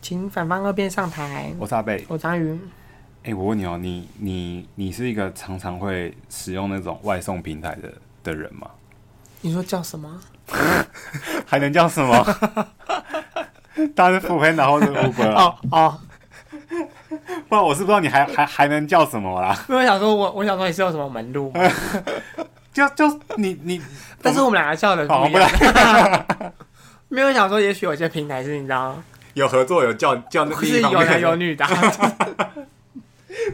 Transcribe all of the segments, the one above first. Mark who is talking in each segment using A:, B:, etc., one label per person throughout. A: 请反方二辩上台。
B: 我是阿贝。
A: 我张云，
B: 哎、我问你哦，你你你是一个常常会使用那种外送平台的的人吗？
A: 你说叫什么？
B: 还能叫什 么？当然是腹黑，然后是 Uber 啊，
A: 哦哦，
B: 不然我是不知道你还还还能叫什么啦。
A: 因为我想说我我想说你是有什么门路吗，
B: 就就你你，
A: 但是我们两个叫的
B: 好
A: 不一
B: 不
A: 样。
B: 然
A: 没有想说，也许有些平台是你知道，
C: 有合作有叫叫那
A: 就是
C: 另一方
A: 有
C: 面
A: 男有
C: 的，
A: 女的啊。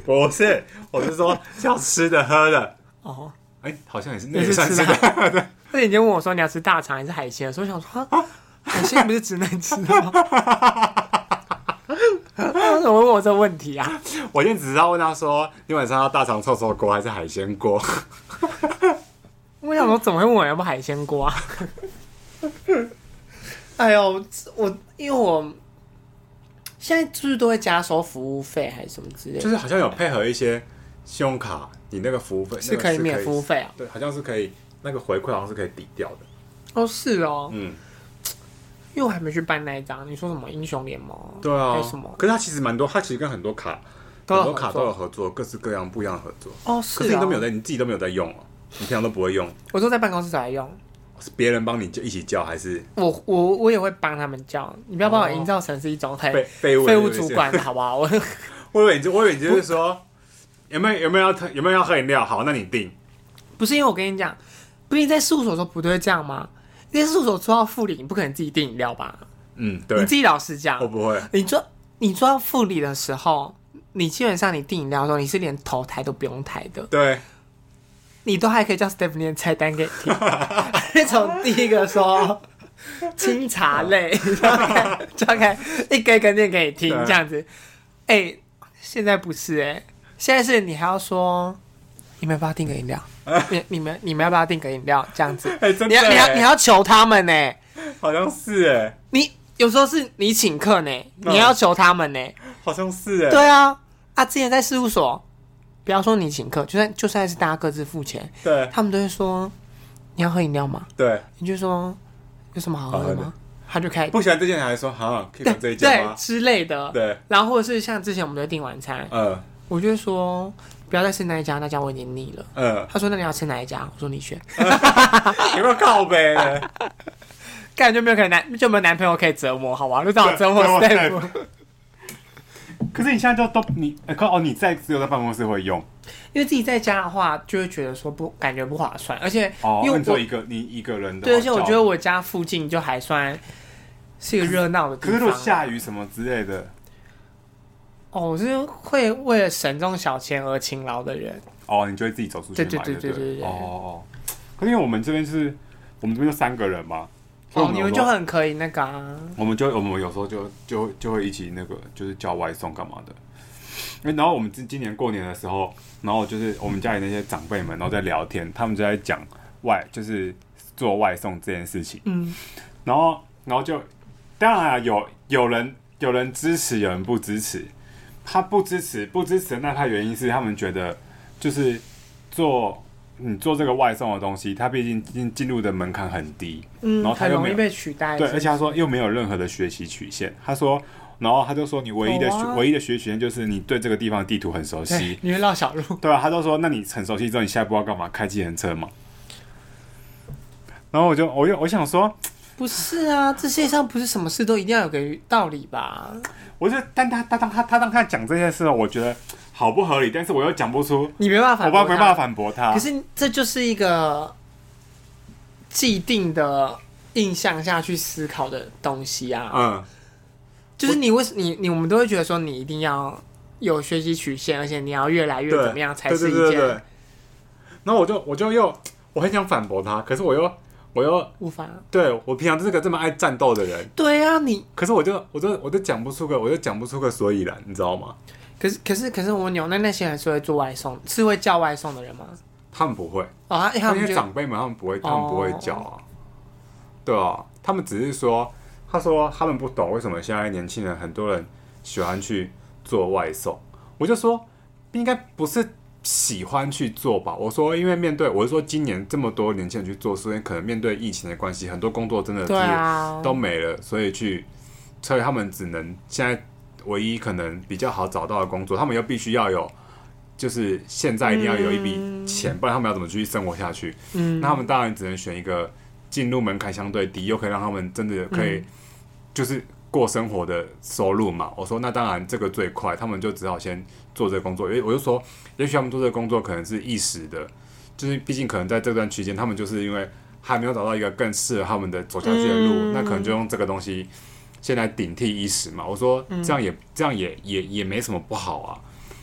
C: 不是，我是说叫吃的喝的。
A: 哦，
C: 哎、好像也是，那
A: 也
C: 也
A: 是
C: 算
A: 吃
C: 是
A: 的。那你今天问我说你要吃大肠还是海鲜，所以我想说啊海鲜不是只能吃的吗？ 他为什么问我这问题啊？
C: 我今天只是要问他说，你晚上要大肠臭臭锅还是海鲜锅？
A: 我想说，怎么会问我要不要海鲜锅啊？ 哎呦，我因为我现在就是都会加收服务费还是什么之类的，
C: 就是好像有配合一些信用卡，你那个服务费
A: 是可以免服务，费啊
C: 那个。对，好像是可以，那个回馈好像是可以抵掉的。
A: 哦，是哦，
C: 嗯，
A: 因为我还没去办那一张。你说什么英雄联盟？
C: 对啊
A: 还有什么，
C: 可是它其实蛮多，它其实跟很多卡、
A: 都有
C: 很多卡
A: 合作
C: 都有合作，各式各样不一样的合作。
A: 哦，
C: 可
A: 是
C: 是你
A: 哦
C: 都没有在，你自己都没有在用哦，你平常都不会用，
A: 我都在办公室才用。
C: 是别人帮你就一起叫，还是
A: 我我我也会帮他们叫，你不要把我营造成是一种很
C: 废废物
A: 废
C: 的
A: 物
C: 那
A: 主
C: 些
A: 管，好不好？我
C: 我以为你就，我以为你就是说，有没有有没有要喝有没有要喝饮料？好，那你订。
A: 不是因为我跟你讲，不是你在事务所说不对这样吗？你在事务所做到副理，你不可能自己订饮料吧？
C: 嗯，对
A: 你自，己老实讲
C: 我，不会。
A: 你做你做到副理的时候，你基本上你订饮料的时候，你是连头抬都不用抬的，
C: 对，
A: 你都还可以叫 Steph 念菜单给你听。那 从第一个说清茶类， 就要开就要开一个一个念给你听，
C: 对
A: 这样子。哎、现在不是哎、现在是你还要说，你们要不要订个饮料？你你们你们要不要订个饮料？这样子，
C: 哎、真
A: 你要
C: 的耶，
A: 你要你要求他们呢、
C: 好像是哎，
A: 你有时候是你请客呢、你要求他们呢、
C: 好像是哎，
A: 对啊，啊，之前在事务所，不要说你请客，就算就算是大家各自付钱，
C: 对
A: 他们都会说你要喝饮料吗？
C: 对，
A: 你就说有什么好喝的
C: 好喝的
A: 吗？他就开始
C: 不喜欢这件还说哈，可以
A: 对
C: 买这一件
A: 对
C: 吗？
A: 之类的，
C: 对，
A: 然后或者是像之前我们都会订晚餐，
C: 嗯
A: 我就会说不要再吃那一家，那家我已经腻了。
C: 嗯，
A: 他说：“那你要吃哪一家？”我说：“你选。
C: 有没有靠背呢？”
A: 根本就没有可能男，就没有男朋友可以折磨，好吧？就找我折磨
C: 对折磨
A: Steph。
B: 可是你现在就都你，呃可哦，你在只有在办公室会用
A: 因为自己在家的话，就会觉得说不感觉不划算，而且
B: 哦，
A: 因
B: 因为你
A: 为我
B: 做一个你一个人的话，
A: 对，而且我
B: 叫
A: 觉得，我家附近就还算是一个热闹的地
B: 可
A: 方。
B: 是如果下雨什么之类的，
A: 哦，我是会为了省这种小钱而勤劳的人。
B: 哦，你就会自己走出去
A: 对对
B: 买，
A: 对
B: 不
A: 对对对
B: 哦哦哦，可是因为我们这边是，我们这边就三个人嘛，所以
A: 哦
B: 我，
A: 你
B: 有
A: 们
B: 时候
A: 就很可以那个啊。
B: 我们就我们有时候就就就会一起那个就是叫外送干嘛的。因为然后我们今今年过年的时候，然后就是我们家里那些长辈们，然后在聊天，他们就在讲外就是做外送这件事情。
A: 嗯，
B: 然后然后就当然啊，有有人有人支持，有人不支持。他不支持不支持的那他原因是他们觉得就是做你做这个外送的东西，它毕竟进进入的门槛很低，
A: 嗯，
B: 然后他
A: 很
B: 又
A: 容
B: 没
A: 易
B: 有
A: 被取代。
B: 对，
A: 是
B: 而
A: 不
B: 且
A: 是
B: 他说又没有任何的学习曲线，他说，然后他就说你唯一的、
A: 有啊
B: 学唯一的学习曲线就是你对这个地方的地图很熟
A: 对
B: 悉，，
A: 哎你会绕小路。
B: 对啊，他就说那你很熟悉之后，你下一步要干嘛？开计程车嘛。然后我就我就我想说，
A: 不是啊，这世界上不是什么事都一定要有个道理吧？
B: 我就但他他当他他当他讲这些事，我觉得好不合理，但是我又讲不出，
A: 你没办
B: 我
A: 法，
B: 没办法没办啊法。反驳他
A: 可。是这就是一个既定的印象下去思考的东西啊。
C: 嗯，
A: 就是你为什你你我们都会觉得说你一定要有学习曲线，而且你要越来越
C: 对，
A: 怎么样才是
C: 对
A: 一
C: 对对对
A: 件
C: 对然后我就我就又我很想反驳他，可是我又我又
A: 无法。
C: 对我平常就是个这么爱战斗的人，
A: 对啊，你
C: 可是我就我就我就讲不出个我就讲不出个所以然，你知道吗？
A: 可是可是可是我牛那那些人是会做外送，是会叫外送的人吗？
C: 他们不会，
A: 哦，他他
C: 那
A: 们
C: 些
A: 就哦
C: 长辈们他们不会，他们不会叫啊。对啊，他们只是说，他说他们不懂为什么现在年轻人很多人喜欢去做外送。我就说，应该不是喜欢去做吧。我说，因为面对，我是说今年这么多年轻人去做，所以可能面对疫情的关系，很多工作真的
A: 对
C: 是
A: 啊，
C: 都没了，所以去所以他们只能现在唯一可能比较好找到的工作，他们又必须要有，就是现在一定要有一笔钱，不然他们要怎么继续生活下去？
A: 嗯，
C: 那他们当然只能选一个进入门槛相对低，又可以让他们真的可以就是过生活的收入嘛。我说那当然这个最快，他们就只好先做这个工作。因为我就说，也许他们做这个工作可能是一时的，就是毕竟可能在这段期间，他们就是因为还没有找到一个更适合他们的走下去的路，
A: 嗯
C: 那可能就用这个东西先来顶替一时嘛。我说这样也、这样也也也没什么不好啊。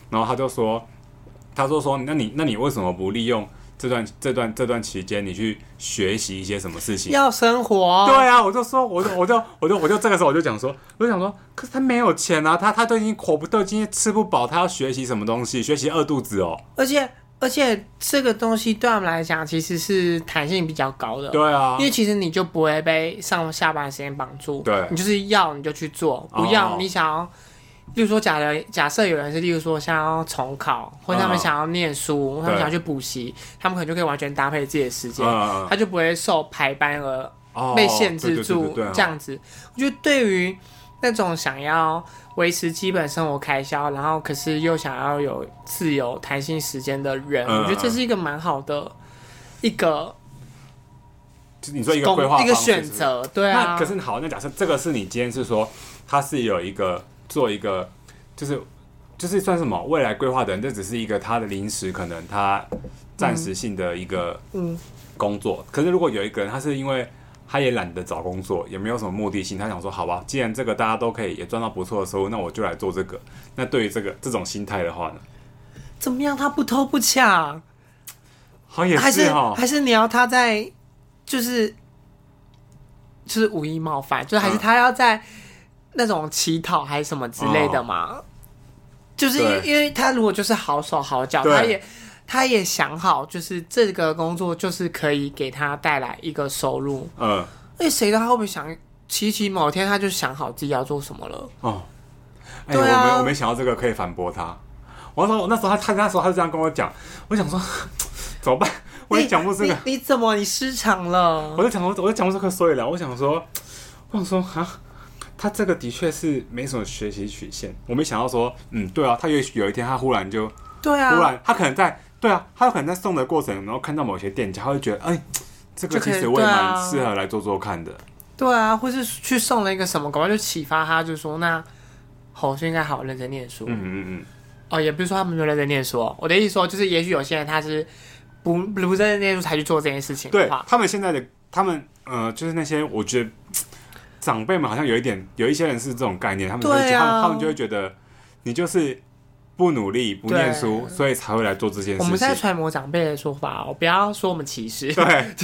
C: 然后他就说，他说说，那你那你为什么不利用这段这段这段期间，你去学习一些什么事情？
A: 要生活，
C: 对啊，我就说，我就我就 我就我就这个时候我就讲说，我就想说，可是他没有钱啊，他他都已经活不都已经吃不饱，他要学习什么东西？学习饿肚子哦。
A: 而且而且这个东西对我们来讲其实是弹性比较高的，
C: 对啊
A: 因，为其实你就不会被上下班时间绑住，
C: 对
A: 你就是要你就去做，
C: 哦
A: 不要你想要，例如说假的假设有人是，例如说想要重考，或者他们
C: 嗯
A: 想要念书，他们
C: 对
A: 想要去补习，他们可能就可以完全搭配自己的时间，
C: 嗯
A: 他就不会受排班而
C: 哦
A: 被限制
C: 对
A: 住
C: 对对啊对对
A: 这样子。我觉得对于那种想要维持基本生活开销，然后可是又想要有自由弹性时间的人，
C: 嗯
A: 我觉得这是一个蛮好的一个
C: 就是你说一个规划
A: 一个
C: 方式
A: 选
C: 是不是
A: 择，对啊。
C: 那可是好，那假设这个是你今天是说他是有一个做一个，就是就是算什么未来规划的人，这只是一个他的临时，可能他暂时性的一个
A: 嗯
C: 工作。可是如果有一个人，他是因为他也懒得找工作，也没有什么目的性，他想说好吧，既然这个大家都可以也赚到不错的收入，那我就来做这个。那对于这个这种心态的话呢，
A: 怎么样？他不偷不抢，
C: 好像也
A: 还是
C: 哦，
A: 还是你要他在，就是就是无意冒犯，就是还是
C: 嗯
A: 他要在那种乞讨还是什么之类的嘛？就是因为
C: 哦对
A: 因为他如果就是好手好脚，
C: 对
A: 他也他也想好，就是这个工作就是可以给他带来一个收入。
C: 嗯
A: 哎，谁知道他会不会想，琪琪某天他就想好自己要做什么了？
C: 哦，哎、
A: 对啊
C: 我没我没想到这个可以反驳他。我那时候那时候他他那时候他就这样跟我讲，我想说怎么办？我也讲不出这个，
A: 你你你怎么你失常了
C: 我？就讲说我就讲不出这个所以然。我想说，我想说啊，他这个的确是没什么学习曲线。我没想到说，嗯，对啊，他也许有一天他忽然就忽
A: 对啊，
C: 然他可能在对啊，他有可能在送的过程，然后看到某些店家，他会觉得哎、这个
A: 就可
C: 其
A: 以
C: 实我也
A: 对啊
C: 蛮适合来做做看的。
A: 对啊，或是去送了一个什么，搞不好就启发他，就说那侯是应该好好认真念书。
C: 嗯嗯嗯，
A: 哦，也不是说他们没有认真念书哦，我的意思说就是，也许有些人他是不不认真念书才去做这件事情的
C: 对
A: 话，
C: 他们现在的他们呃，就是那些我觉得长辈们好像有一点，有一些人是这种概念，他们就会觉
A: 对
C: 得、
A: 啊
C: 他们他们就会觉得你就是不努力不念书，所以才会来做这件
A: 我们
C: 事
A: 在
C: 情。
A: 揣摩长辈的说法哦，不要说我们歧 视。
C: 对，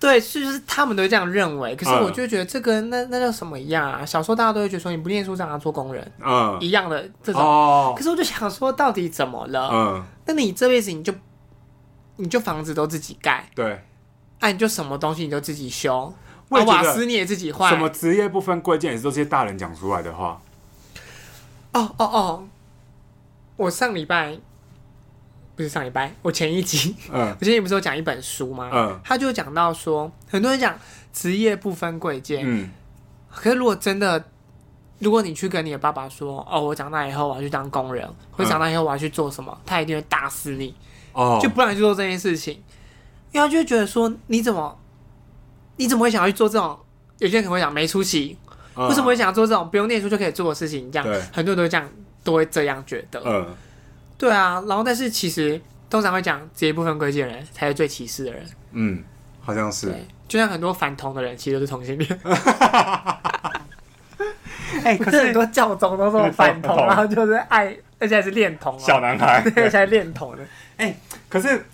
A: 对，是就是他们都会这样认为，可是
C: 嗯
A: 我就觉得这跟那那叫什么一样啊？小时候大家都会觉得说你不念书长大做工人
C: 嗯，
A: 一样的这种，
C: 哦
A: 可，是我就想说到底怎么了？
C: 嗯，
A: 那你这辈子你就你就房子都自己盖，
C: 对，
A: 啊，你就什么东西你就自己修，
C: 我
A: 啊
C: 也觉
A: 瓦
C: 得
A: 斯你也自己换。
C: 什么？职业不分贵贱，也是都是这些大人讲出来的话。
A: 哦哦哦！我上礼拜不是上礼拜，我前一集，
C: 嗯
A: 我前一集不是有讲一本书吗？
C: 嗯
A: 他就讲到说，很多人讲职业不分贵贱，
C: 嗯，
A: 可是如果真的，如果你去跟你的爸爸说，哦，我长大以后我要去当工人，或者
C: 嗯
A: 长大以后我要去做什么，他一定会打死你。
C: 哦，
A: 就不让你去做这件事情，因为他就会觉得说你怎么你怎么会想要去做这种？有些人可能会讲没出息，
C: 嗯
A: 为什么会？想要做这种不用念书就可以做的事情？这样
C: 对
A: 很多人都会这样，都会这样觉得。
C: 嗯，
A: 对啊，然后但是其实通常会讲职业不分贵贱的人才是最歧视的人，
C: 嗯，好像是。
A: 对，就像很多反同的人其实都是同性恋，
C: 哎，
A: 可 是很多教宗都是反同，
B: 同
A: 然后就是爱，而且还是恋童、
B: 小
A: 哦，
B: 男孩，
A: 对，而且还恋童的，
C: 可是，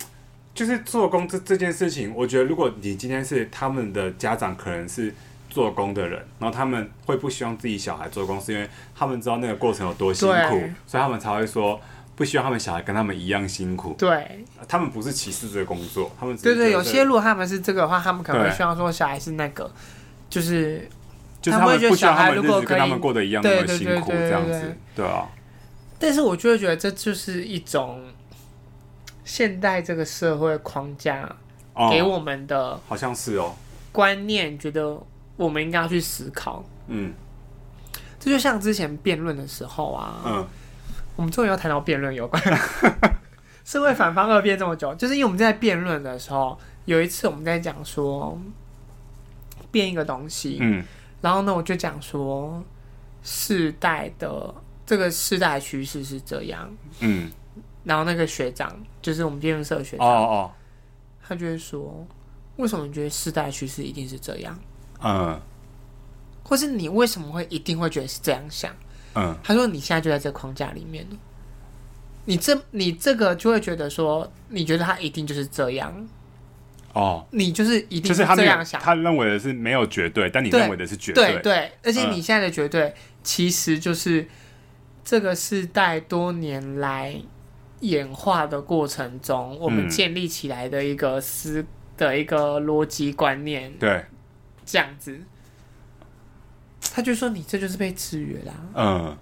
C: 就是做工这这件事情，我觉得如果你今天是他们的家长，可能是做工的人，然后他们会不希望自己小孩做工，是因为他们知道那个过程有多辛苦
A: 对，
C: 所以他们才会说不希望他们小孩跟他们一样辛苦。
A: 对，
C: 他们不是歧视这个工作，他们只
A: 对
C: 是
A: 对，
C: 觉
A: 有
C: 得
A: 些如果他们是这个的话，他们可能会
C: 对
A: 希望说小孩是那个，就是
C: 就是
A: 他们会觉得
C: 不希望
A: 小孩
C: 他
A: 如
C: 们
A: 果
C: 日子
A: 可以
C: 跟他们过得一样那么辛苦
A: 对对对对
C: 这样
A: 对
C: 子，对啊，
A: 但是我就会觉得这就是一种现代这个社会框架
C: 哦
A: 给我们的
C: 好像是哦，
A: 观念，觉得我们应该要去思考。
C: 嗯
A: 这就像之前辩论的时候啊，
C: 嗯，
A: 我们终于要谈到辩论有关社会反方二辩这么久，就是因为我们在辩论的时候，有一次我们在讲说变一个东西，
B: 嗯
A: 然后呢，我就讲说世代的这个世代的趋势是这样，
B: 嗯，
A: 然后那个学长就是我们辩论社的学
B: 哦
A: 长，
B: 哦，
A: 他就会说，为什么你觉得世代的趋势一定是这样，
B: 嗯
A: 或是你为什么会一定会觉得是这样想？
B: 嗯
A: 他说你现在就在这个框架里面了，你这你这个就会觉得说，你觉得他一定就是这样，
B: 哦，
A: 你就是一定
B: 就是他
A: 这
B: 没有
A: 样想，
B: 他认为的是没有绝对，但你
A: 对
B: 认为的是绝
A: 对
B: 对，
A: 对，而且
B: 嗯
A: 你现在的绝对、其实就是这个世代多年来演化的过程中，我们
B: 嗯
A: 建立起来的一个思、的一个逻辑观念，
B: 对，
A: 这样子。他就说你这就是被制约啦、
B: 嗯，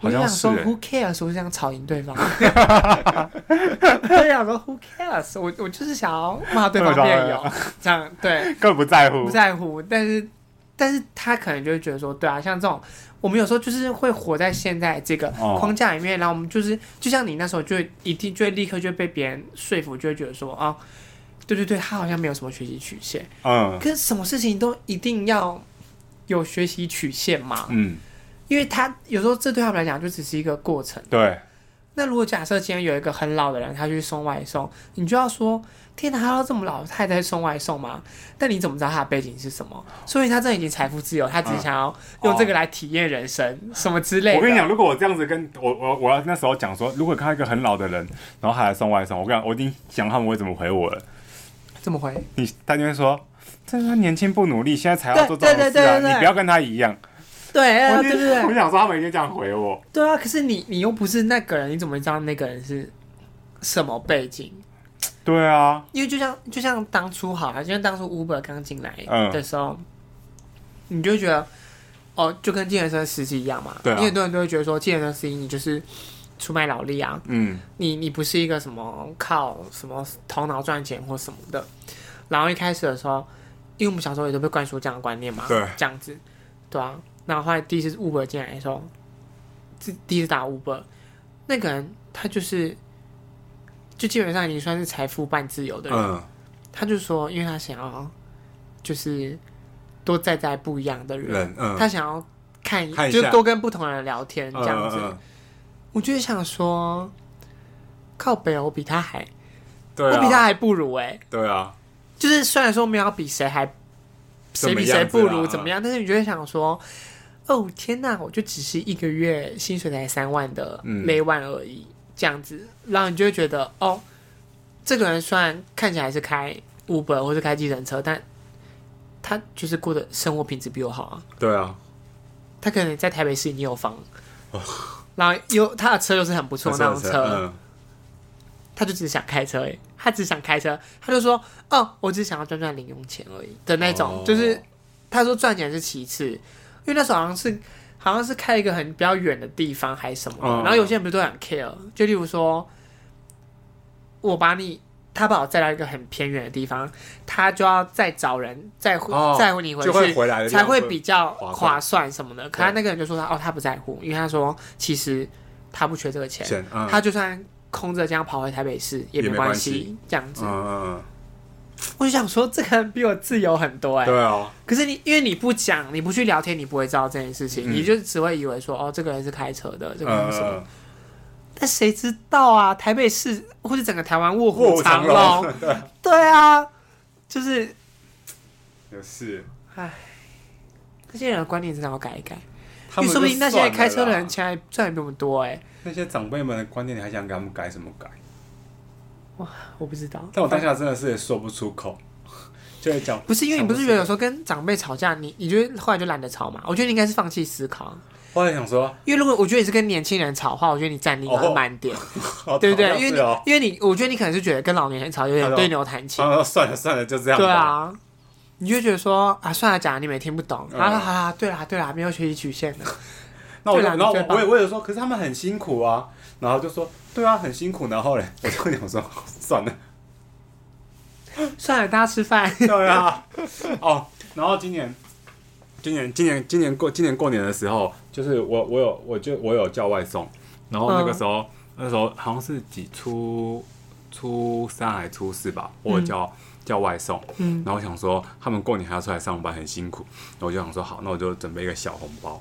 A: 我
B: 好
A: 就
B: 像
A: 想
B: 是
A: 说
B: 欸，
A: Who cares？我就想吵赢 对方。我就想说 Who cares？我我就是想要骂对方辩友，这样对，
B: 更不在乎
A: 不，在乎。但是但是他可能就会觉得说，对啊，像这种我们有时候就是会活在现在这个
B: 哦
A: 框架里面，然后我们就是就像你那时候就会一定就会立刻就会被别人说服，就会觉得说啊、对对对，他好像没有什么学习曲线，
B: 嗯
A: 可是什么事情都一定要有学习曲线嘛？
B: 嗯，
A: 因为他有时候这对他们来讲就只是一个过程。
B: 对，
A: 那如果假设今天有一个很老的人，他去送外送，你就要说：天哪，他都这么老，他还在送外送吗？但你怎么知道他的背景是什么？所以他真的已经财富自由，他只是想要用这个来体验人生、什么之类
B: 嗯
A: 的。
B: 哦我跟你讲，，如果我这样子跟我我我要那时候讲说，如果看到一个很老的人，然后他来送外送，我跟你讲，我已经想他们会怎么回我了。
A: 怎么回？
B: 你他就会说，这是他年轻不努力，现在才要做这种
A: 对对
B: 事
A: 对
B: 啊，
A: 对对
B: 你不要跟他一样。
A: 对，
B: 我
A: 呃
B: 就
A: 对对
B: 我
A: 对，
B: 想说他们一定这样回我，
A: 对啊。可是你你又不是那个人，你怎么知道那个人是什么背景？
B: 对啊，
A: 因为就像就像当初好了，就像当初 Uber 刚进来
B: 嗯
A: 的时候，你就觉得哦，就跟计程车司机一样嘛。
B: 对啊
A: 你很多人都会觉得说，计程车司机你就是出卖劳力啊，
B: 嗯
A: 你你不是一个什么靠什么头脑赚钱或什么的。然后一开始的时候，因为我们小时候也都被灌输这样的观念嘛，
C: 对，
A: 这样子，对啊。然后后来第一次 Uber 进来的时候，第第一次打 Uber，那个人他就是。就基本上已经算是财富半自由的人，
C: 嗯，
A: 他就说，因为他想要就是多载载不一样的人，
C: 人嗯，
A: 他想要看一，
C: 看一
A: 就
C: 下
A: 多跟不同人聊天这样子。
C: 嗯嗯嗯
A: 我就是想说，靠北哦，我比他还，
C: 对
B: 嗯
A: 我
C: 啊，
A: 比他还不如哎、
C: 对啊，
A: 就是虽然说没有比谁还谁比谁不如怎么啊样，但是你就会想说。哦天呐！我就只是一个月薪水才三万的
C: 嗯
A: 雷万而已，这样子，然后你就会觉得哦，这个人虽然看起来是开 Uber 或是开计程车，但他就是过的生活品质比我好啊。
C: 对啊，
A: 他可能在台北市已经有房，然后又他的车又是很不错的哦那种车，
C: 嗯，
A: 他就只想开车而已，他只想开车，他就说：“哦，我只想要赚赚零用钱而已的那种。
C: 哦
A: 就是他说赚钱是其次，因为那时候好像是好像是开一个很比较远的地方还是什么的，
C: 嗯
A: 然后有些人不是都很 care，就例如说，我把你他把我载到一个很偏远的地方，他就要再找人再回、
C: 哦
A: 再回你回
C: 就会
A: 去，
C: 回来的地
A: 才
C: 方
A: 会比较
C: 划算
A: 划算什么的。可他
C: 对
A: 那个人就说他哦，他不在乎，因为他说其实他不缺这个钱，
C: 钱，嗯，
A: 他就算空着这样跑回台北市也
C: 也
A: 没
C: 没
A: 关
C: 关
A: 系
C: 系，
A: 这样子
C: 嗯。嗯
A: 我就想说，这个人比我自由很多哎、
C: 嗯，对啊，
A: 可是你因为你不讲，你不去聊天，你不会知道这件事情，
C: 嗯
A: 你就只会以为说，哦，这个人是开车的，这个人
C: 嗯
A: 是什么？
C: 嗯，
A: 但谁知道啊？台北市或是整个台湾卧
C: 卧
A: 虎
C: 虎
A: 藏
C: 藏
A: 龙， 对啊，就是
C: 也是，
A: 那些人的观念真的要改一改，
C: 他
A: 因为
C: 们
A: 说不定那些开车的人
C: 就算了啦，
A: 现在赚的比我们多哎、
C: 那些长辈们的观念，你还想给他们改什么改？
A: 我不知道。
C: 但我当下真的是也说不出口， 就会讲，
A: 不是因为你不是觉得
C: 想出
A: 有时候跟长辈吵架，你你觉得后来就懒得吵嘛？我觉得你应该是放弃思考，
C: 后来想说，
A: 因为如果我觉得你是跟年轻人吵的话，我觉得你占立
C: 哦
A: 要慢点，
C: 好
A: 对不对
C: 讨？厌
A: 因为
C: 是哦
A: 你因为你，我觉得你可能是觉得跟老年人吵有点
C: 他说
A: 对牛弹琴
C: 然，后说哦算了算了，就这样，
A: 对，啊，你就会觉得说啊，算了，讲了你们也听不懂，
C: 嗯
A: 啊，好啦，对啦，对啦，没有学习曲线 的，
C: 那我就
A: 对啦啊
C: 然后
A: 你最
C: 我
A: 棒
C: 我也我也说，可是他们很辛苦啊，然后就说对啊，很辛苦，然后嘞，我就想说 算了，
A: 算了，大家吃饭，
C: 啊对啊，哦，然后今年今年今年今年过今年过年的时候，就是我我有我就我有叫外送，然后那个时候、那时候好像是几初初三还初四吧，我有叫、叫外送，
A: 嗯
C: 然后我想说他们过年还要出来上班很辛苦，然后我就想说好，那我就准备一个小红包。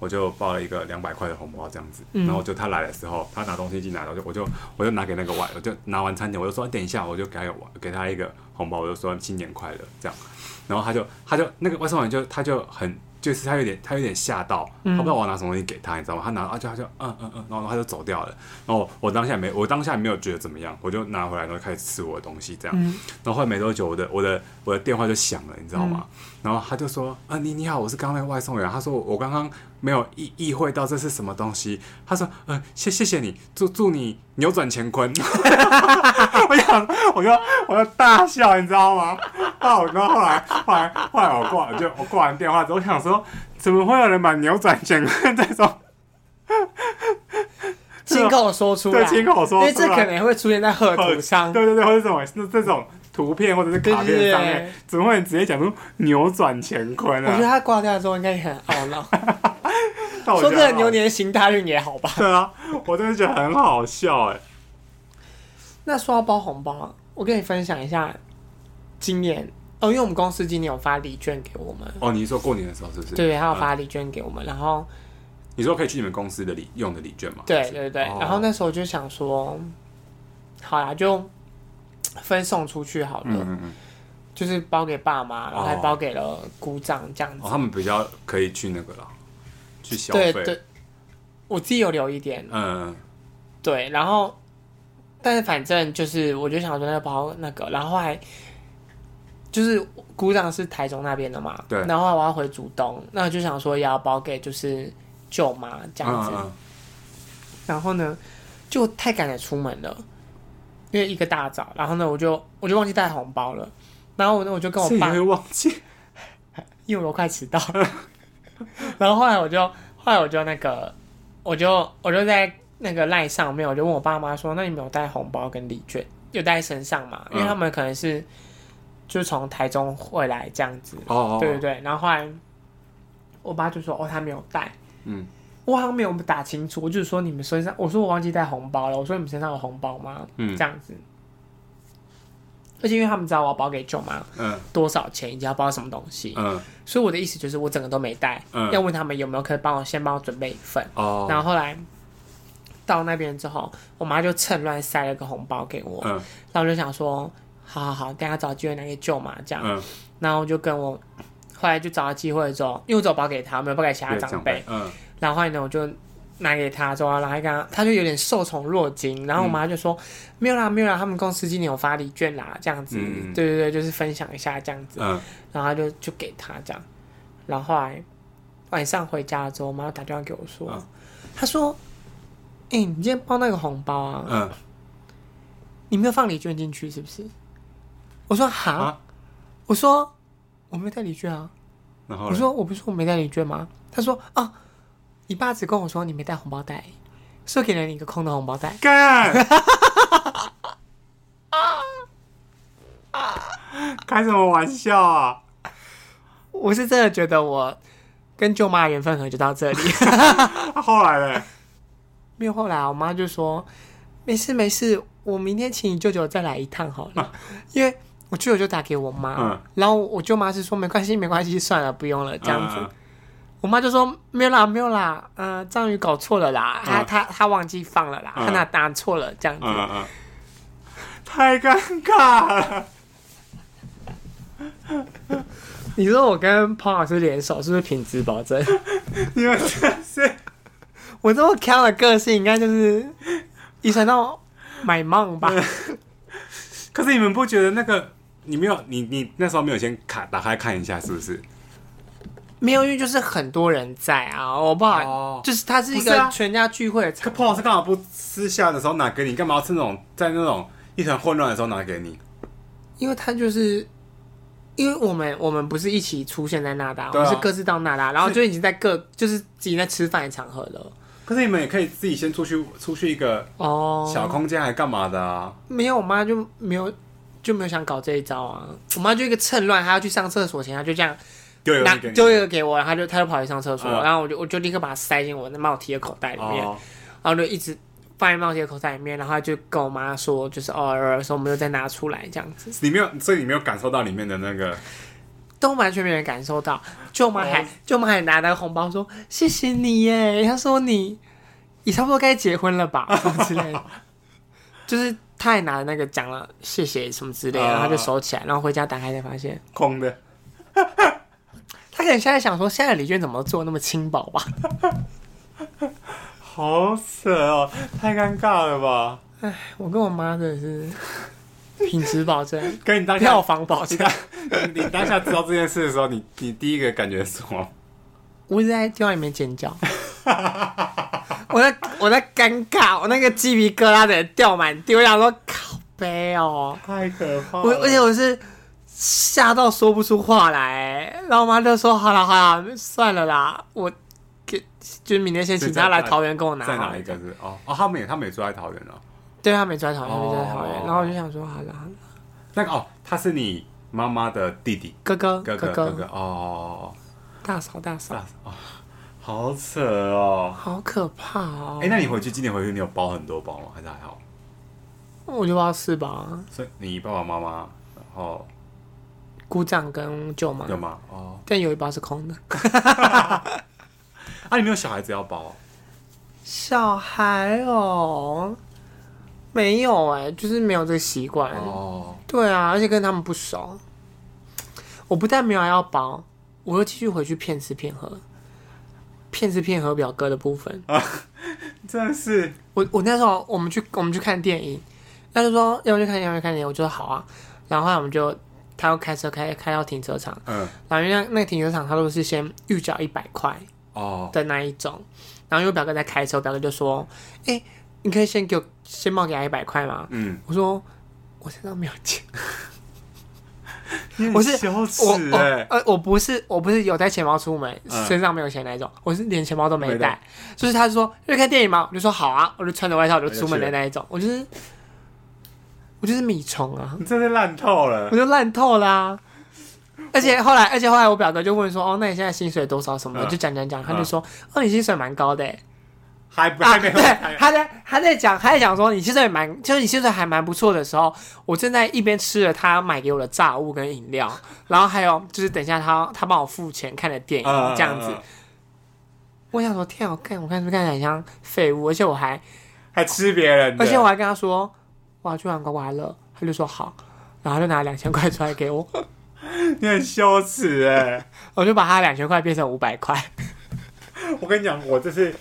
C: 我就包了一个两百块的红包这样子，
A: 嗯
C: 然后就他来的时候，他拿东西进来，我就我就我就拿给那个外，我就拿完餐点，我就说等一下，我就给他一个给他一个红包，我就说新年快乐这样，然后他就他就那个外送员就他就很就是他有点他有点吓到，他
A: 嗯
C: 不知道我要拿什么东西给他，你知道吗？他拿啊就他就嗯嗯嗯，然后他就走掉了，然后我当下没我当下没有觉得怎么样，我就拿回来然后开始吃我的东西这样，
A: 嗯
C: 然后后来没多久，我的我的我的电话就响了，你知道吗？然后他就说：“啊，你你好，我是刚刚那个外送啊员。”他说：“我刚刚没有意意会到这是什么东西。”他说：“呃，谢谢谢你，祝祝你扭转乾坤。” 我想，我就我就大笑，你知道吗？哦，然后后来后来后来我挂就我挂完电话之后，我想说，怎么会有人把扭转乾坤这种
A: 亲口说出来，
C: 对亲口说出来
A: 因为这可能会出现在贺
C: 呃
A: 图上。
C: 对对对，或者这种那这种图片或者是卡片上
A: 对对对
C: 面，怎么会直接讲出扭转乾坤
A: 我觉得
C: 啊？
A: 他挂掉之后应该也很懊恼，
C: 但我
A: 说
C: 觉
A: 这
C: 得
A: 个
C: 很好
A: 牛年行大运也好吧。
C: 对啊，我真的觉得很好笑哎、
A: 那说到包红包，我跟你分享一下，今年哦，因为我们公司今年有发礼券给我们，
C: 哦，你是说过年的时候是不是？
A: 对，还有
C: 嗯
A: 发礼券给我们，然后
C: 你说可以去你们公司的礼用的礼券吗？
A: 对对对，
C: 哦
A: 然后那时候就想说，好啦，就分送出去好了，
C: 嗯嗯嗯，
A: 就是包给爸妈，然后还包给了姑丈这样子。
C: 哦，他们比较可以去那个啦，去消
A: 对
C: 费。
A: 对，我自己有留一点，
C: 嗯，嗯，
A: 对，然后但是反正就是，我就想说那包那个，然后后来就是姑丈是台中那边的嘛，
C: 对
A: 然后后来我要回竹东，那我就想说也要包给就是舅妈这样子，
C: 嗯嗯
A: 然后呢就太赶着出门了，因为一个大早，然后呢我就我就忘记带红包了，然后我呢我就跟
C: 嗯
A: 我
C: 是你
A: 爸
C: 会忘记，
A: 因为我快迟到了。然后后来我就，后来我就那个，我就我就在那个赖上面，我就问我爸妈说：“那你们有带红包跟礼券，有带在身上嘛？”因为
C: 嗯
A: 他们可能是就从台中回来这样子，
C: 哦哦，哦
A: 对对，对。然后后来我爸就说：“哦，他没有带。”
C: 嗯，
A: 我好像没有打清楚，我就是说你们身上，我说我忘记带红包了，我说你们身上有红包吗？
C: 嗯
A: 这样子。而且因为他们知道我要包给舅妈
C: 嗯
A: 多少钱，以及要包什么东西，
C: 嗯
A: 所以我的意思就是，我整个都没带，
C: 嗯
A: 要问他们有没有可以帮我先帮我准备一份。
C: 哦，
A: 然后后来到那边之后，我妈就趁乱塞了个红包给我，
C: 嗯
A: 然后我就想说，好好好，等一下找机会拿给舅妈这样。
C: 嗯，
A: 然后我就跟我后来就找到机会之后，因为我只有包给他，没有包给其他
C: 对
A: 长辈。，
C: 嗯
A: 然后后来呢，我就拿给他之后，然后他跟他，他就有点受宠若惊。
C: 嗯
A: 然后我妈就说：“没有啦，没有啦，他们公司今年有发礼券啦，这样子。
C: 嗯嗯嗯
A: 对对对，就是分享一下这样子。
C: 嗯，
A: 然后他就就给他这样，然后后来晚上回家之后，我妈打电话给我说，
C: 嗯
A: 她说：“哎、你今天包那个红包啊，
C: 嗯
A: 你没有放礼券进去是不是？”我说：“哈，
C: 啊
A: 我说我没有带礼券啊。
C: 然”后
A: 我
C: 嘞
A: 说：“我不是说我没带礼券吗？”她说：“啊，你爸只跟我说你没带红包袋，说给了你一个空的红包袋。
C: 干。开什么玩笑啊！”
A: 我是真的觉得我跟舅妈的缘分可能就到这里。
C: 啊后来嘞，
A: 没有后来啊，我妈就说：“没事没事，我明天请你舅舅再来一趟好了。”因为我舅舅就打给我妈，
C: 嗯
A: 然后我舅妈是说：“没关系没关系，算了不用了。”这样子，
C: 嗯
A: 我妈就说：“没有啦没有啦，呃，章鱼搞错了啦，他
C: 嗯
A: 他他忘记放了啦，
C: 嗯
A: 他拿拿错了这样子。
C: 嗯嗯，太尴尬了。
A: 你说我跟彭老师联手是不是品质保 证？
C: 你们真是
A: 我这么强的个性，应该就是遗传到买梦 吧？
C: 可是你们不觉得那个你没有你你那时候没有先卡打开看一下是不是？
A: 没有，因为就是很多人在啊，我不好，
C: 哦
A: 就是它是一
C: 不是
A: 个
C: 啊
A: 全家聚会的场
C: 可彭老师干嘛不私下的时候拿给你？干嘛要趁那种在那种一团混乱的时候拿给你？
A: 因为他就是，因为我们我们不是一起出现在那达，我
C: 对啊
A: 们是各自到那达，然后就已经在各就是自己在吃饭的场合了。
C: 可是你们也可以自己先出去出去一个
A: 哦，
C: 小空间，还干嘛的啊？
A: 没有，我妈就没有就没有想搞这一招啊。我妈就一个趁乱，她要去上厕所前，她就这样
C: 丢了一个
A: 拿
C: 东西给你
A: 丢一个给我，然后他就他就跑去上厕所，
C: 嗯
A: 然后我就我就立刻把它塞进我的帽 T 的口袋里面，
C: 哦，
A: 然后就一直放在帽 T 的口袋里面，然后他就跟我妈说，就是偶尔说我们又再拿出来这样子，
C: 你没有，所以你没有感受到里面的那个
A: 都完全没人感受到。舅妈还、舅妈还拿那个红包说谢谢你耶，她说你也差不多该结婚了吧什么之类的，就是她还拿那个讲了谢谢什么之类的，
C: 啊
A: 然后她就收起来，然后回家打开才发现，
C: 空的。
A: 她可能现在想说现在礼券怎么做那么轻薄吧？
C: 好扯哦，太尴尬了吧？，
A: 我跟我妈真的是品质保证
C: 跟你当
A: 票
C: 下，
A: 房保证，
C: 你你当下 知道这件事的时候，你你第一个感觉是什么？
A: 我一直在电话里面尖叫。我在我在尴尬，我那个鸡皮疙瘩得掉满地，我想说靠背哦、
C: 太可怕
A: 我而且我是吓到说不出话来，然后我妈就说：“好了好了，算了啦，我给就是明天先请他来桃园跟我拿。”
C: 在哪一个？是？哦哦，他们也他们也住在桃园哦。
A: 对他没住在桃园，他没住在桃
C: 哦
A: 园。然后我就想说：“好了好了，
C: 那个哦，他是你妈妈的弟弟，
A: 哥哥
C: 哥哥哥哥哦哦，哦
A: 大嫂大嫂，
C: 大哦，好扯哦。
A: 好可怕哦
C: 哎、！那你回去今年回去，你有包很多包吗？还是还好？
A: 我就不知道是吧？
C: 所以你爸爸妈妈，然后
A: 姑丈跟舅妈
C: 有，吗？哦，
A: 但有一包是空的。
C: 啊，你没有小孩子要包哦、
A: 小孩哦，没有哎、就是没有这个习惯。
C: 哦，
A: 对啊，而且跟他们不熟。我不但没有要包，我又继续回去骗吃骗喝，骗吃骗喝表哥的部分。
C: 真的是
A: 我我那时候我们去我们去看电影，他就说要不要去看电影，要不要去看电影，我就说好啊。然后后来我们就他要开车开开到停车场，
C: 嗯
A: 然后因为那那个停车场他都是先预缴一百块
C: 哦
A: 的那一种，然后因为我表哥在开车，我表哥就说：“哎、你可以先给我先冒给他一百块吗？”
C: 嗯，
A: 我说：“我身上没有钱。”
C: 你很
A: 我是
C: 羞
A: 我
C: 耻
A: 我
C: 哎、
A: 呃我不是我不是有带钱包出门，
C: 嗯
A: 身上没有钱那一种，我是连钱包都没
C: 没
A: 带
C: 带。
A: 就是他说要看电影吗？我就说好啊，我就穿着外套我就
C: 就
A: 出门的
C: 去
A: 那一种，我就是我就是米虫啊，
C: 你真的烂透了
A: 我。就烂透啦、而且后来，而且后来我表哥就问说：“哦，那你现在薪水多少什么的？”
C: 嗯
A: 就讲讲讲，他就
C: 嗯
A: 说：“哦，你薪水蛮高的、欸。”
C: 还不
A: 啊，
C: 还没
A: 对
C: 有，哎还没，
A: 他
C: 有
A: 在他在讲，他在讲说你现在蛮，就是你现在还蛮不错的时候，我正在一边吃了他买给我的炸物跟饮料，然后还有就是等一下他他帮我付钱看的电影、
C: 嗯
A: 这样子
C: 嗯嗯。
A: 我想说，天啊，我看我看是不是看起来很像废物？而且我还，
C: 还吃别人的，
A: 而且我还跟他说我要去玩刮刮乐，他就说好，然后他就拿两千块出来给我，
C: 你很羞耻哎、
A: 我就把他两千块变成五百块。
C: 我跟你讲，我这次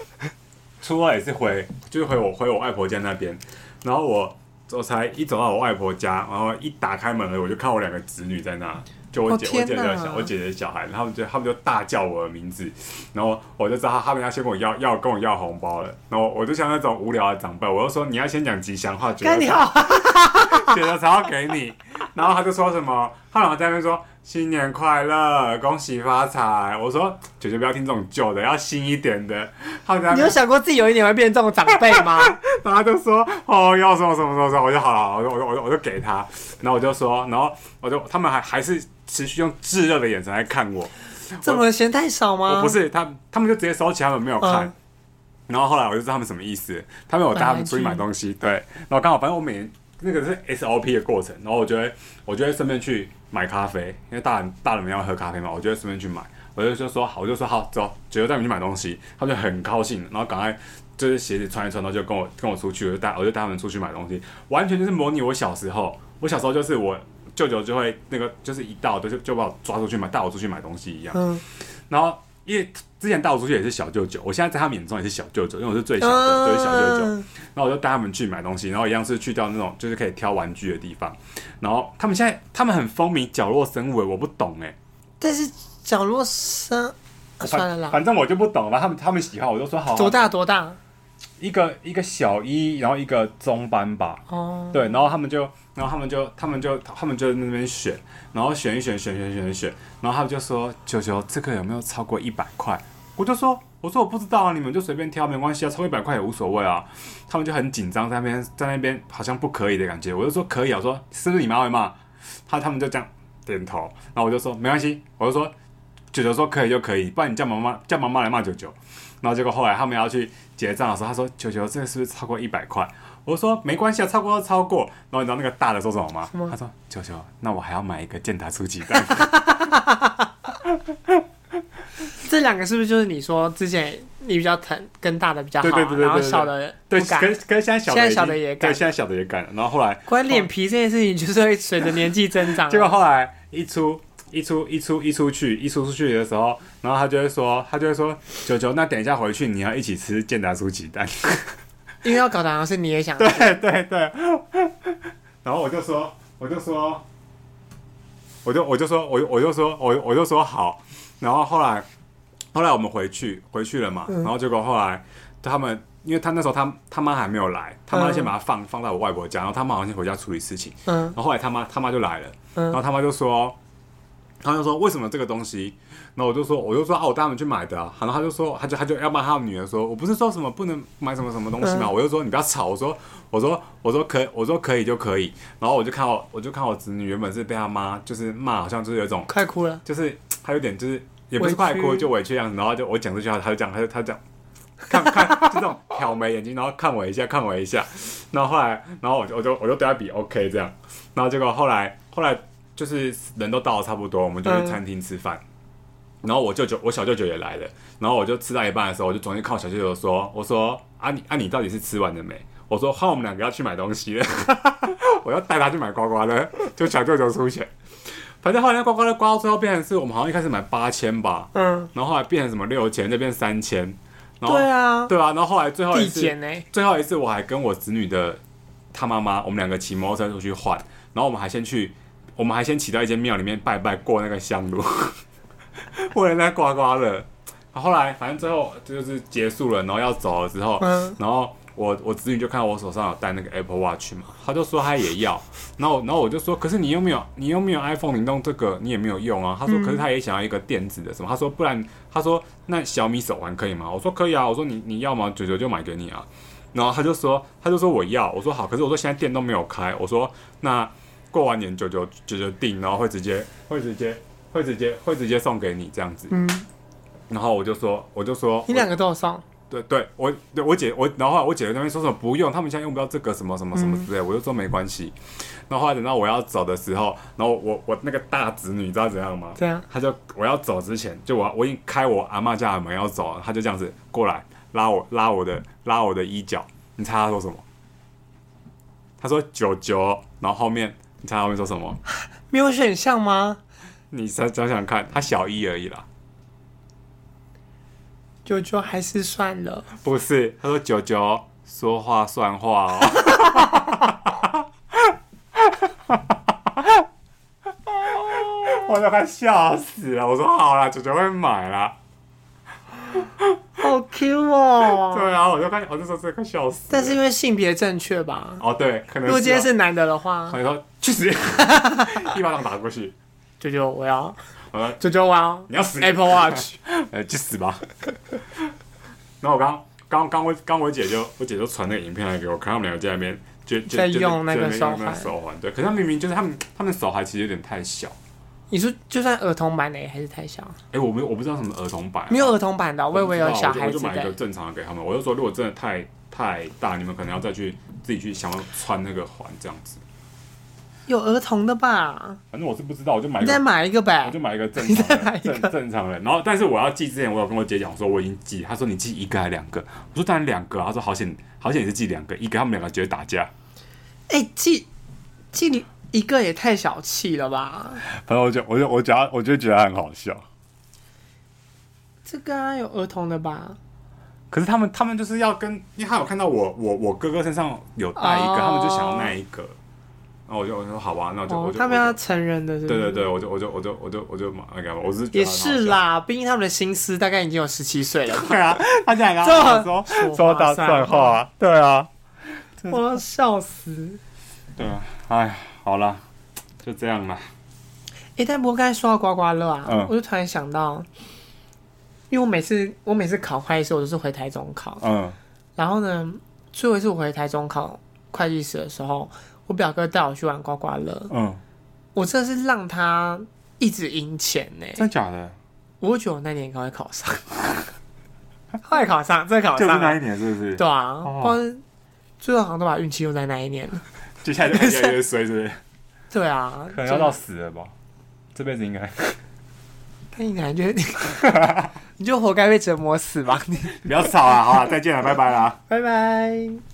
C: 初二也是回，就是回我回我外婆家那边，然后我我才一走到我外婆家，然后一打开门，我就看我两个侄女在那，就我姐、
A: 哦
C: 我
A: 天
C: 姐姐
A: 哪
C: 的小我姐姐的小孩，然后他们就他们就大叫我的名字，然后我就知道他们要先跟我要要跟我要红包了，然后我就像那种无聊的长辈，我就说你要先讲吉祥话，觉
A: 干
C: 得
A: 你好，
C: 觉得才要给你，然后他就说什么，他老在那边说新年快乐，恭喜发财。我说姐姐不要听这种旧的，要新一点的。他在那
A: 你有
C: 边，
A: 想过自己有一年会变成这种长辈 吗？
C: 然后他就说哦要什么什么什么什么，我就好了，好了我就我就我就给他，然后我就说，然后我就他们还还是持续用炙热的眼神来看我，
A: 这么嫌太少吗？
C: 我不是他，他们就直接收起，他们没有看。
A: 嗯
C: 然后后来我就知道他们什么意思，他们有带他们出去
A: 买玩
C: 买
A: 具
C: 东西，对。然后刚好，反正我每那个是 SOP 的过程，然后我就会，我就会顺便去买咖啡，因为大人大人们要喝咖啡嘛，我就会顺便去买。我就就说好，我就说好，走，姐姐带你们去买东西，他们就很高兴，然后赶快就是鞋子穿一穿，然后就跟我跟我出去，我就带我就带他们出去买东西，完全就是模拟我小时候，我小时候就是我舅舅就会那个就是一到就是就把我抓出去买，带我出去买东西一样。
A: 嗯
C: 然后因为之前带我出去也是小舅舅，我现在在他们眼中也是小舅舅，因为我是最小的，就是小舅舅。
A: 嗯
C: 然后我就带他们去买东西，然后一样是去到那种就是可以挑玩具的地方。然后他们现在他们很风靡角落生物，我不懂哎、
A: 但是角落生，啊算了
C: 反
A: 啦，
C: 反正我就不懂了。他们他们喜欢，我就说好。
A: 多
C: 好？
A: 大多大？
C: 一个一个小一，然后一个中班吧。
A: 哦，
C: 对，然后他们就，然后他们就，他们就，他们就在那边选，然后选一选，选选选选，然后他们就说：“九九，这个有没有超过一百块？”我就说：“我说我不知道啊，你们就随便挑，没关系啊，超过一百块也无所谓啊。”他们就很紧张，在那边在那边好像不可以的感觉。我就说：“可以啊。”我说：“是不是你妈会骂？”他他们就这样点头，然后我就说：“没关系。”我就说：“九九说可以就可以，不然你叫妈妈叫妈妈来骂九九。然后结果后来他们要去结账的时候，他说九九这个是不是超过一百块？我说没关系啊，超过就超过。然后你知道那个大的说什么吗？
A: 么
C: 他说九九，那我还要买一个健达出奇蛋。
A: 这两个是不是就是你说之前你比较疼跟大的比较好啊、
C: 对对对对对
A: 然后
C: 对
A: 小的
C: 对，
A: 不
C: 可
A: 敢
C: 是。可是现在小的
A: 现在
C: 已经
A: 小的也敢
C: 对，现在小的也敢了。然后后来
A: 关于脸皮这件事情，就是会随着年纪增 长啊。
C: 结果后来一出一出一出一出去一出出去的时候，然后他就会说，他就会说，九九，那等一下回去你要一起吃健达酥鸡蛋。
A: 因为要搞的好像是你也想
C: 对对对。然后我就说，我就说，我就我就说，我我就说，我我就说好。然后后来后来我们回去回去了嘛，然后结果后来他们。因为他那时候他他妈还没有来，他妈先把他放、放到我外婆家，然后他妈好像先回家处理事情，
A: 嗯
C: 然后后来他妈他妈就来了，
A: 嗯
C: 然后他妈就说，他就说为什么这个东西？然后我就说我就说啊，我带他们去买的、啊。然后他就说他就他就要骂他女儿说，我不是说什么不能买什么什么东西嘛，
A: 嗯
C: 我就说你不要吵，我说我说我说可我说可以就可以。然后我就看我我就看我侄女原本是被他妈就是骂，好像就是有一种
A: 快哭了。
C: 就是他有点就是也不是
A: 委
C: 快哭
A: 屈
C: 就委屈的样子，然后就我讲这句话，他就这样，他就他就这样看 看就这种挑眉眼睛，然后看我一下，看我一下，然后后来，然后我就我就我就对他比 OK 这样，然后结果后来后来就是人都到了差不多，我们就去
A: 嗯
C: 餐厅吃饭。然后我舅舅，我小舅舅也来了。然后我就吃到一半的时候，我就转去靠小舅舅说：“我说啊你啊你到底是吃完了没？”我说：“换我们两个要去买东西了， 我要带他去买刮刮乐。”就小舅舅出钱。反正后来那刮刮乐刮到最后变成是我们好像一开始买八千吧，
A: 嗯，
C: 然后后来变成什么六千，再变三千，然后
A: 对啊，
C: 对啊，然后后来最后一
A: 递
C: 次
A: 减欸呢？
C: 最后一次我还跟我子女的他妈妈，我们两个骑摩托车出去换，然后我们还先去，我们还先骑到一间庙里面拜拜，过那个香炉， 为了那刮刮乐。后来反正最后就是结束了，然后要走了之后，
A: 嗯
C: 然后我我子女就看到我手上有戴那个 Apple Watch 嘛，他就说他也要，然后我然后我就说，可是你又没有你又没有 iPhone，你弄这个你也没有用啊。他
A: 嗯
C: 说，可是他也想要一个电子的什么，他说不然他说那小米手环可以吗？我说可以啊，我说你你要吗？九九就买给你啊。然后他就说，他就说我要，我说好，可是我说现在店都没有开，我说那过完年九九九九订，然后会直接会直接会直接会直接送给你这样子。
A: 嗯，
C: 然后我就说我就说
A: 你两个都有送，
C: 对对，我对我姐我，然后后来我姐在那边说什么不用，他们现在用不到这个什么什么什么
A: 嗯
C: 之类，我就说没关系。然后后来等到我要走的时候，然后我我那个大侄女你知道怎样吗？
A: 这样
C: 她就我要走之前，就我我已经开我阿嬷家的门要走了，她就这样子过来拉我拉我的拉我的衣角，你猜她说什么？她说九九，然后后面你猜她后面说什么？
A: 没有选项吗？
C: 你想想想看，她小一而已啦，
A: 就就还是算了。
C: 不是？她说九九说话算话哦。 我都快笑死了！我说好啦，九九会买啦。
A: 好 Q 哦。
C: 对啊，我就快，我就说这快笑死了。
A: 但是因为性别正确吧，
C: 哦，对，可能
A: 如果今天
C: 啊，
A: 是男的的话
C: 我，就说去死， 一巴掌打过去。
A: 九九我要，
C: 我说
A: 九九我要
C: 你要死
A: 啊 Apple Watch。
C: 呃，去死吧。 然后我刚刚刚我刚我姐就我姐就传那个影片来给我看，他们两个在那边就就
A: 在
C: 就
A: 用那
C: 就
A: 个
C: 在
A: 手
C: 用那个
A: 环
C: 手环，对。可是他明明就是他们他们手还其实有点太小。
A: 你说就算儿童版的也还是太小，
C: 哎，我没有我不知道什么儿童版啊，
A: 没有儿童版的哦，我以
C: 我
A: 为
C: 有
A: 有小孩
C: 我就
A: 子
C: 买一个
A: 的。
C: 正常的给他们。我就说，如果真的太太大，你们可能要再去自己去想要穿那个环这样子。
A: 有儿童的吧？
C: 反正我是不知道，我就买一
A: 你再
C: 个，
A: 买一个
C: 我
A: 呗
C: 就。买一个正
A: 你
C: 常
A: 再买
C: 的
A: 一个
C: 正正常人。然后，但是我要寄之前，我有跟我姐讲，我说我已经寄，她说你寄一个还是两个？我说当然两个啊。她说好险，好险也是寄两个，一个他们两个觉得打架。
A: 哎，寄寄你一个也太小气了吧？
C: 反正我就我就我觉得我就觉得很好笑。
A: 这个啊，有儿童的吧？
C: 可是他们他们就是要跟，因为他有看到我我我哥哥身上有带一个，
A: 哦
C: 他们就想要那一个。然后我就我就说好吧，那我就、我
A: 哦，
C: 就
A: 他们
C: 我
A: 要
C: 就
A: 成人的是不
C: 对
A: 是，
C: 对对，我就我就我就我就我就马那个，我是觉得
A: 也
C: 很好
A: 是
C: 笑。
A: 啦，毕竟他们的心思大概已经有十七岁 了，
C: 对啊，他竟然跟
A: 这
C: 他说
A: 说
C: 说
A: 话
C: 打
A: 算
C: 算话，对啊，
A: 我要笑死。
C: 对啊，哎，好啦，就这样啦。
A: 哎，但不过刚才说到刮刮乐啊，
C: 嗯
A: 我就突然想到，因为我每次我每次考会计的时候，我都是回台中考，
C: 嗯
A: 然后呢，最后一次我回台中考会计史的时候，我表哥带我去玩刮 刮乐，
C: 嗯，
A: 我真的是让他一直赢钱呢、
C: 真假的？
A: 我会觉得我那年应该会考上， 后来考上，这考
C: 就是
A: 上
C: 那
A: 了，
C: 一年，是不是？
A: 对啊，
C: 哦
A: 不然最后好像都把运气用在那一年了。
C: 接下来就越来越衰，是不是？
A: 对啊，
C: 可能要到死了吧，这辈子应该
A: 但哎你感觉你 你就活该被折磨死吧，你
C: 不要吵了，好了，再见了，拜拜啦。
A: 拜拜。